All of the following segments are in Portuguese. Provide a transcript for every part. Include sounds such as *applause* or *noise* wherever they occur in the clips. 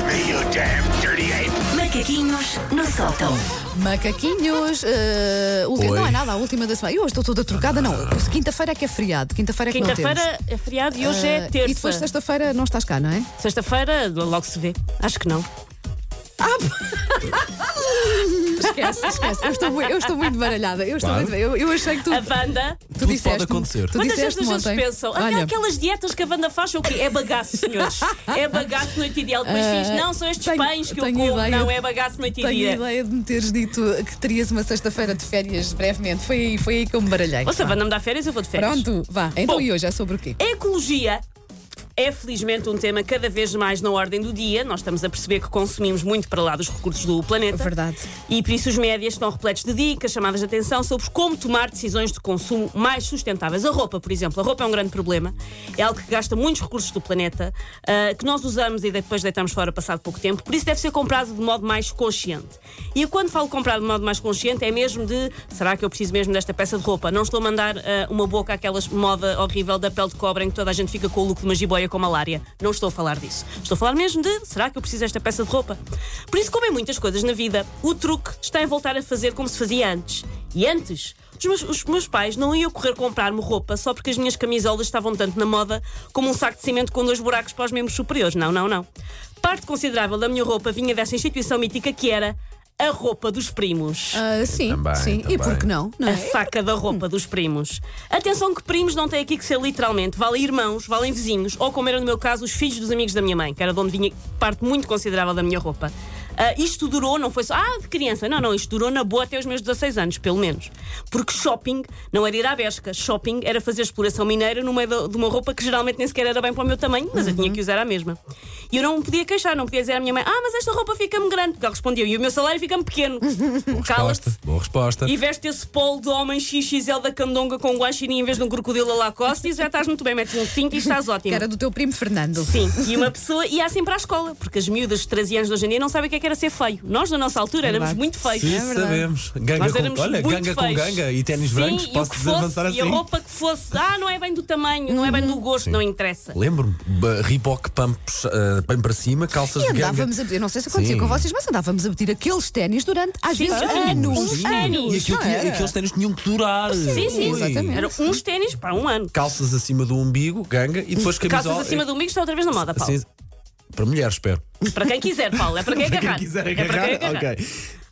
Damn dirty ape! Macaquinhos no sótão. Macaquinhos, eh, ulti- Oi. não é nada, a última da semana. Eu hoje estou toda trocada, não. Ah. Quinta-feira é que é feriado, quinta-feira é que não temos. Quinta-feira é feriado e hoje é Eh, terça. E depois sexta-feira não estás cá, não é? Sexta-feira logo se vê. Acho que não. Esquece, esquece. Eu estou, mui- eu estou muito baralhada. Eu, estou Claro. muito- eu, eu achei que tu, A Wanda. tu pode disseste. acontecer. Tu Quantas Quantas vezes disseste as pessoas ontem. pensam? "Ah, Olha, aquelas dietas que a Wanda faz são o quê? É *laughs* bagaço, senhores. É bagaço noite e dia. Depois Ah, diz, não, são estes tenho- pães que eu tenho como. ideia. Não, é bagaço noite e tenho a dia. ideia de me teres dito que terias uma sexta-feira de férias brevemente. Foi aí, foi aí que eu me baralhei. Ou se a Wanda me dá férias, eu vou de férias. Pronto, vá. Então Bom. e hoje é sobre o quê? A Ecologia é felizmente um tema cada vez mais na ordem do dia. Nós estamos a perceber que consumimos muito para lá dos recursos do planeta. Verdade. E por isso os médias estão repletos de dicas, chamadas de atenção sobre como tomar decisões de consumo mais sustentáveis. A roupa, por exemplo, a roupa é um grande problema. É algo que gasta muitos recursos do planeta, ah, que nós usamos e depois deitamos fora passado pouco tempo. Por isso deve ser comprado de modo mais consciente. E eu, quando falo comprado de modo mais consciente é mesmo de será que eu preciso mesmo desta peça de roupa? Não estou a mandar ah, uma boca àquelas moda horrível da pele de cobra em que toda a gente fica com o look de uma jiboia com malária. Não estou a falar disso. Estou a falar mesmo de será que eu preciso desta peça de roupa? Por isso, como em muitas coisas na vida, o truque está em voltar a fazer como se fazia antes. E antes, os meus, os meus pais não iam correr comprar-me roupa só porque as minhas camisolas estavam tanto na moda como um saco de cimento com dois buracos para os membros superiores. Não, não, não. Parte considerável da minha roupa vinha dessa instituição mítica que era a roupa dos primos. Ah, sim, Também, sim. E também. por que não? não A é? saca da roupa dos primos. Atenção que primos não tem aqui que ser literalmente. Valem irmãos, valem vizinhos, ou como era no meu caso, os filhos dos amigos da minha mãe, que era de onde vinha parte muito considerável da minha roupa. Ah, isto durou, não foi só. Ah, de criança. Não, não, isto durou na boa até os meus 16 anos, pelo menos. Porque shopping não era ir à pesca. Shopping era fazer exploração mineira no meio da- de uma roupa que geralmente nem sequer era bem para o meu tamanho, mas eu tinha Uhum. que usar a mesma. E eu não me podia queixar, não podia dizer à minha mãe, ah, mas esta roupa fica-me grande. Porque ela respondia, e o meu salário *laughs* fica-me pequeno. Cala-te. Resposta. Boa resposta. E veste esse polo de homem XXL da candonga com guaxinim em vez de um crocodilo a Lacoste e já estás muito bem, metes um cinto e estás Que ótimo. era do teu primo Fernando. Sim, e uma pessoa ia assim para a escola, porque as miúdas de 13 anos de hoje em dia não sabem o que é que era ser feio. Nós, na nossa altura, éramos Verdade. muito feios. Sim, É verdade. sabemos. Ganga Nós com, éramos olha, muito ganga com feios. ganga e ténis Sim, brancos, e posso o que dizer, fosse, avançar E a assim. roupa que fosse, ah, não é bem do tamanho, não é bem do gosto, não interessa. Lembro-me, ba- Reebok pump, eh, bem para cima, calças E de ganga. andávamos a pedir, não sei se acontecia Sim. com vocês, mas andávamos a pedir aqueles ténis durante, às vezes, anos. uns Sim, ténis, E aquilo não tinha- era? aqueles ténis tinham que durar. Sim, sim. Ui. Exatamente. Eram uns ténis para um ano. Calças acima do umbigo, ganga e depois camisola. Calças acima do umbigo está outra vez na moda, Paulo. Assim, para mulheres, espero. Para quem quiser, Paulo, é para *laughs* quem Para quem agarrar. quiser É para quem agarrar, agarrar. ok.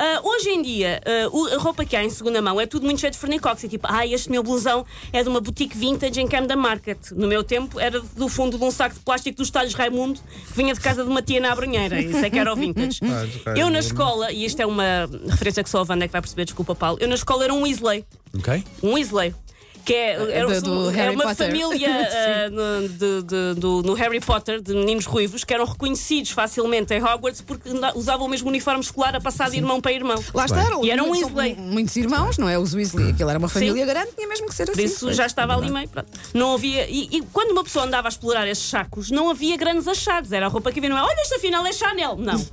Ah, hoje em dia, ah, o- a roupa que há em segunda mão é tudo muito cheio de fornicóxia. Tipo, ah, este meu blusão é de uma boutique vintage em Camden Market. No meu tempo, era do fundo de um saco de plástico dos talhos Raimundo, que vinha de casa de uma tia na Abrunheira. Isso é que era o vintage. eu na escola, e isto é uma referência que só a Wanda é que vai perceber, desculpa, Paulo. Eu na escola era um Weasley. Ok? Um Weasley. Que é, do- era, do era Harry uma Potter. *laughs* família ah, no, de- de- do, no Harry Potter de meninos ruivos que eram reconhecidos facilmente em Hogwarts porque anda- usavam o mesmo uniforme escolar a passar de irmão para irmão. Lá está, eram, E eram muitos- Weasley. são muitos irmãos, não é? Os Hum. Weasley, aquilo era uma família grande, tinha mesmo que ser Por assim. isso já é estava ali meio. Pronto. Não havia. E, e quando uma pessoa andava a explorar esses sacos, não havia grandes achados. Era a roupa que havia, não é? Olha, esta afinal é Chanel. *laughs* Não.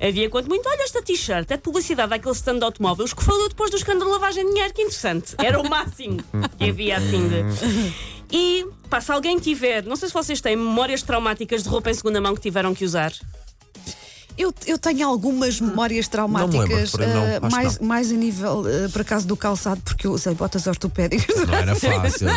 havia quanto muito. Olha, esta t-shirt é de publicidade daquele stand de automóveis que falou depois do escândalo de lavagem de dinheiro. Que interessante. Era o máximo que havia assim de. *laughs* E, pá, se alguém tiver, não sei se vocês têm memórias traumáticas de roupa em segunda mão que tiveram que usar. Eu, eu tenho algumas memórias Hum. Não me lembro, traumáticas, por aí não, eh, acho que mais, não. mais a nível, eh, por acaso, do calçado, porque eu usei botas ortopédicas. Não *laughs* era fácil.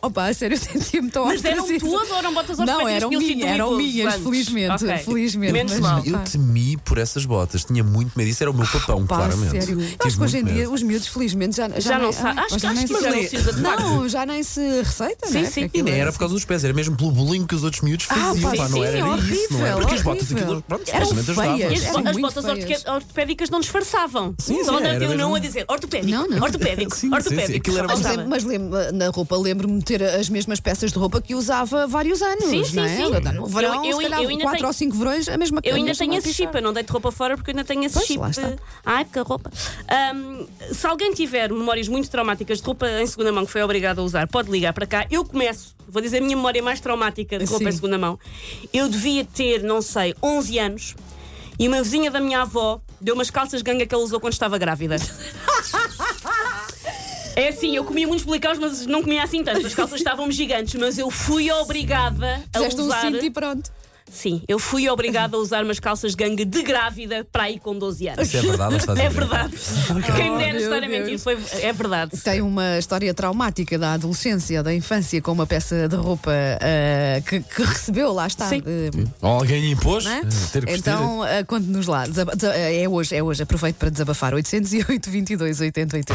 Opa, a sério, eu sentia-me tão Mas eram ostraciza. tuas ou eram botas Não, ortopédicas eram que tinham sido minhas, do eram idoso minhas, antes? felizmente. Ok. Felizmente. Menos mas- mal. Eu temi por essas botas, tinha muito medo. Isso era o meu papão, Ah, Pá, Um, claramente. sério. Eu Tive acho que hoje em muito dia medo. os miúdos, felizmente, já, já, Já não nem- sa- ah, acho- já acho nem que se- já não se usa de facto. Não, já nem se receita, Sim, não é? sim. Porque E E aquilo nem é- era por causa dos pés, era mesmo pelo bolinho que os outros miúdos Ah, faziam. pá, pá, não sim, era é nem isso, não horrível, é? Porque as botas horrível. aquilo, pronto, Eram felizmente feias, E as, eram ajudava. bo- as muito botas feias. ortoque- ortopédicas não disfarçavam. É, Sim, Só sim, andava era eu não mesmo. a dizer ortopédico, Não, não. ortopédico, Sim, sim, ortopédico. sim, aquilo era Só Mas, bastante- faltava. lembro, mas lembro, na roupa lembro-me de ter as mesmas peças de roupa que usava há vários anos. Sim, sim, não é? sim. No verão, Eu- eu- se calhar, eu ainda quatro tenho- ou cinco verões, a mesma é Eu a ainda mesma tenho esse chip, t-shirt. eu não deito roupa fora porque eu ainda tenho esse Pois, chip. lá está. Ai, que roupa. Ahm, se alguém tiver memórias muito traumáticas de roupa em segunda mão que foi obrigado a usar, pode ligar para cá. Eu começo, vou dizer a minha memória mais traumática de roupa Sim. em segunda mão. Eu devia ter, não sei, 11 anos e uma vizinha da minha avó deu umas calças ganga que ela usou quando estava grávida. É assim, eu comia muitos bolicaus, mas não comia assim tanto. As calças estavam gigantes, mas eu fui obrigada a Fizeste um usar. cinto e pronto. Sim, eu fui obrigada a usar umas calças de ganga de grávida para aí com 12 anos. Isso é verdade, mas estás a É inventar. verdade. Quem me dera meu estar a Deus. mentir, foi, é verdade. Tem uma história traumática da adolescência, da infância, com uma peça de roupa ah, que, que recebeu, lá está. Sim. de- Ou alguém lhe impôs não é? eh, ter que vestir. Então, ah, conte-nos lá. Desaba- desa- ah, É hoje, é hoje. Aproveito para desabafar. 808 22 80 80.